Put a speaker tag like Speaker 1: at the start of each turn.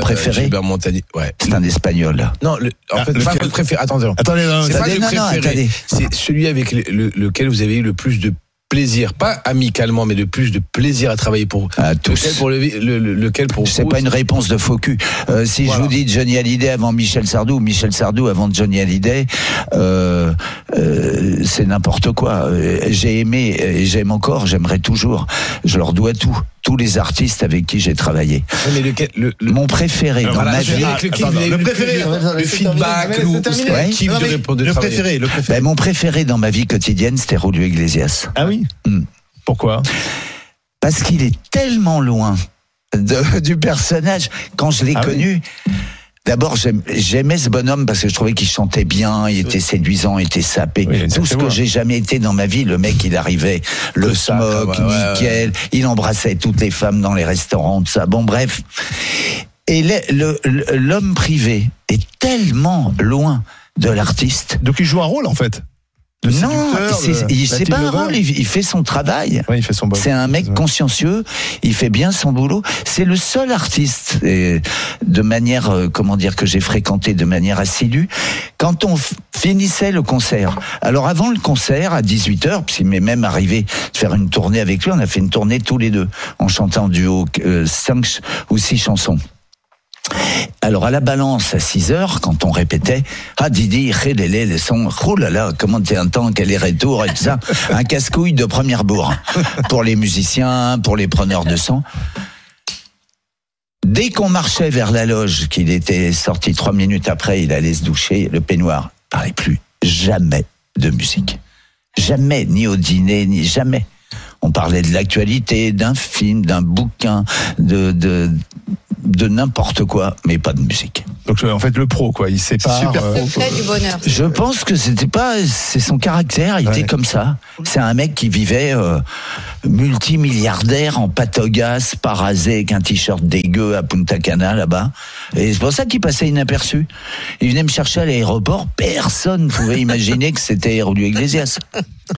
Speaker 1: préféré
Speaker 2: Euh, Gilbert Montagnier. Ouais.
Speaker 1: C'est un espagnol.
Speaker 2: Non, le- en
Speaker 3: Ah,
Speaker 2: fait, pas
Speaker 3: lequel
Speaker 2: votre préféré. Attendez, non.
Speaker 3: Attendez, là,
Speaker 2: c'est pas
Speaker 1: Attendez,
Speaker 2: le
Speaker 1: Ah, non, non,
Speaker 2: préféré.
Speaker 1: attendez.
Speaker 2: C'est celui avec le- le- lequel vous avez eu le plus de plaisir, pas amicalement, mais le plus de plaisir à travailler pour.
Speaker 1: À
Speaker 2: Lequel
Speaker 1: tous.
Speaker 2: Ah, pour le, le- le- lequel pour
Speaker 1: C'est
Speaker 2: vous,
Speaker 1: pas une réponse de faux cul. Euh, si
Speaker 2: Voilà.
Speaker 1: je vous dis Johnny Hallyday avant Michel Sardou, Michel Sardou avant Johnny Hallyday, euh, euh, c'est n'importe quoi. Euh, J'ai aimé et j'aime encore, j'aimerais toujours. Je leur dois tout. Tous les artistes avec qui j'ai travaillé.
Speaker 2: Ouais, Mais lequel, le, le-
Speaker 1: Mon préféré
Speaker 3: Alors,
Speaker 1: dans
Speaker 2: Euh, voilà,
Speaker 1: ma
Speaker 2: c'est
Speaker 1: vie,
Speaker 2: avec lequel
Speaker 3: Attends,
Speaker 2: vous avez
Speaker 3: le
Speaker 2: eu
Speaker 3: préféré,
Speaker 2: le,
Speaker 4: attends,
Speaker 2: le
Speaker 4: c'est terminé,
Speaker 2: feedback,
Speaker 4: c'est
Speaker 2: le,
Speaker 4: terminé.
Speaker 2: le
Speaker 1: Ouais.
Speaker 2: kiff
Speaker 3: Non,
Speaker 2: de,
Speaker 3: mais
Speaker 2: répondre- de
Speaker 3: le
Speaker 2: travailler.
Speaker 3: préféré, le préféré.
Speaker 1: ben, mon préféré dans ma vie quotidienne, c'était Rolio Iglesias.
Speaker 3: Ah oui
Speaker 1: Hmm.
Speaker 3: Pourquoi
Speaker 1: parce qu'il est tellement loin de- du personnage. Quand je l'ai
Speaker 3: Ah oui.
Speaker 1: connu, d'abord j'aime- j'aimais ce bonhomme parce que je trouvais qu'il chantait bien, il était séduisant, il était sapé.
Speaker 3: Oui, il a une
Speaker 1: Tout ce
Speaker 3: sacrée
Speaker 1: que
Speaker 3: voix.
Speaker 1: j'ai jamais été dans ma vie, le mec il arrivait, le,
Speaker 2: Le sacre,
Speaker 1: smoke,
Speaker 2: ouais, ouais, ouais.
Speaker 1: nickel, il embrassait toutes les femmes dans les restaurants, tout ça. Bon bref. Et le- le- le- l'homme privé est tellement loin de l'artiste.
Speaker 3: Donc il joue un rôle en fait. Le
Speaker 1: non,
Speaker 3: séducteur,
Speaker 1: c'est-
Speaker 3: le-
Speaker 1: il
Speaker 3: la
Speaker 1: c'est pas un
Speaker 3: team lover.
Speaker 1: rôle, il il fait son travail.
Speaker 3: Ouais, il fait son bob.
Speaker 1: C'est un mec consciencieux, il fait bien son boulot. C'est le seul artiste, et de manière, euh, comment dire, que j'ai fréquenté de manière assidue. Quand on f- finissait le concert, alors avant le concert, à 18h, il m'est même arrivé de faire une tournée avec lui, on a fait une tournée tous les deux, en chantant en duo euh, cinq ch- ou six chansons. Alors à la balance à 6 heures, quand on répétait, ah Didi, relélé les sons, oh là là, comment t'es un temps, quel est retour et tout ça, un casse-couille de première bourre pour les musiciens, pour les preneurs de sang. Dès qu'on marchait vers la loge, qu'il était sorti trois minutes après, il allait se doucher, le peignoir il parlait plus jamais de musique. Jamais, ni au dîner, ni jamais. On parlait de l'actualité, d'un film, d'un bouquin, de, de, de n'importe quoi, mais pas de musique.
Speaker 3: Donc euh, en fait le pro quoi, il sépare.
Speaker 4: Super
Speaker 3: euh,
Speaker 4: secret du bonheur.
Speaker 1: Je pense que c'était pas, c'est son caractère, il
Speaker 3: Ouais.
Speaker 1: était comme ça. C'est un mec qui vivait euh, multimilliardaire en patogas, parasé, avec un t-shirt dégueu à Punta Cana là-bas. Et c'est pour ça qu'il passait inaperçu. Il venait me chercher à l'aéroport, personne pouvait imaginer que c'était Hérolio Iglesias.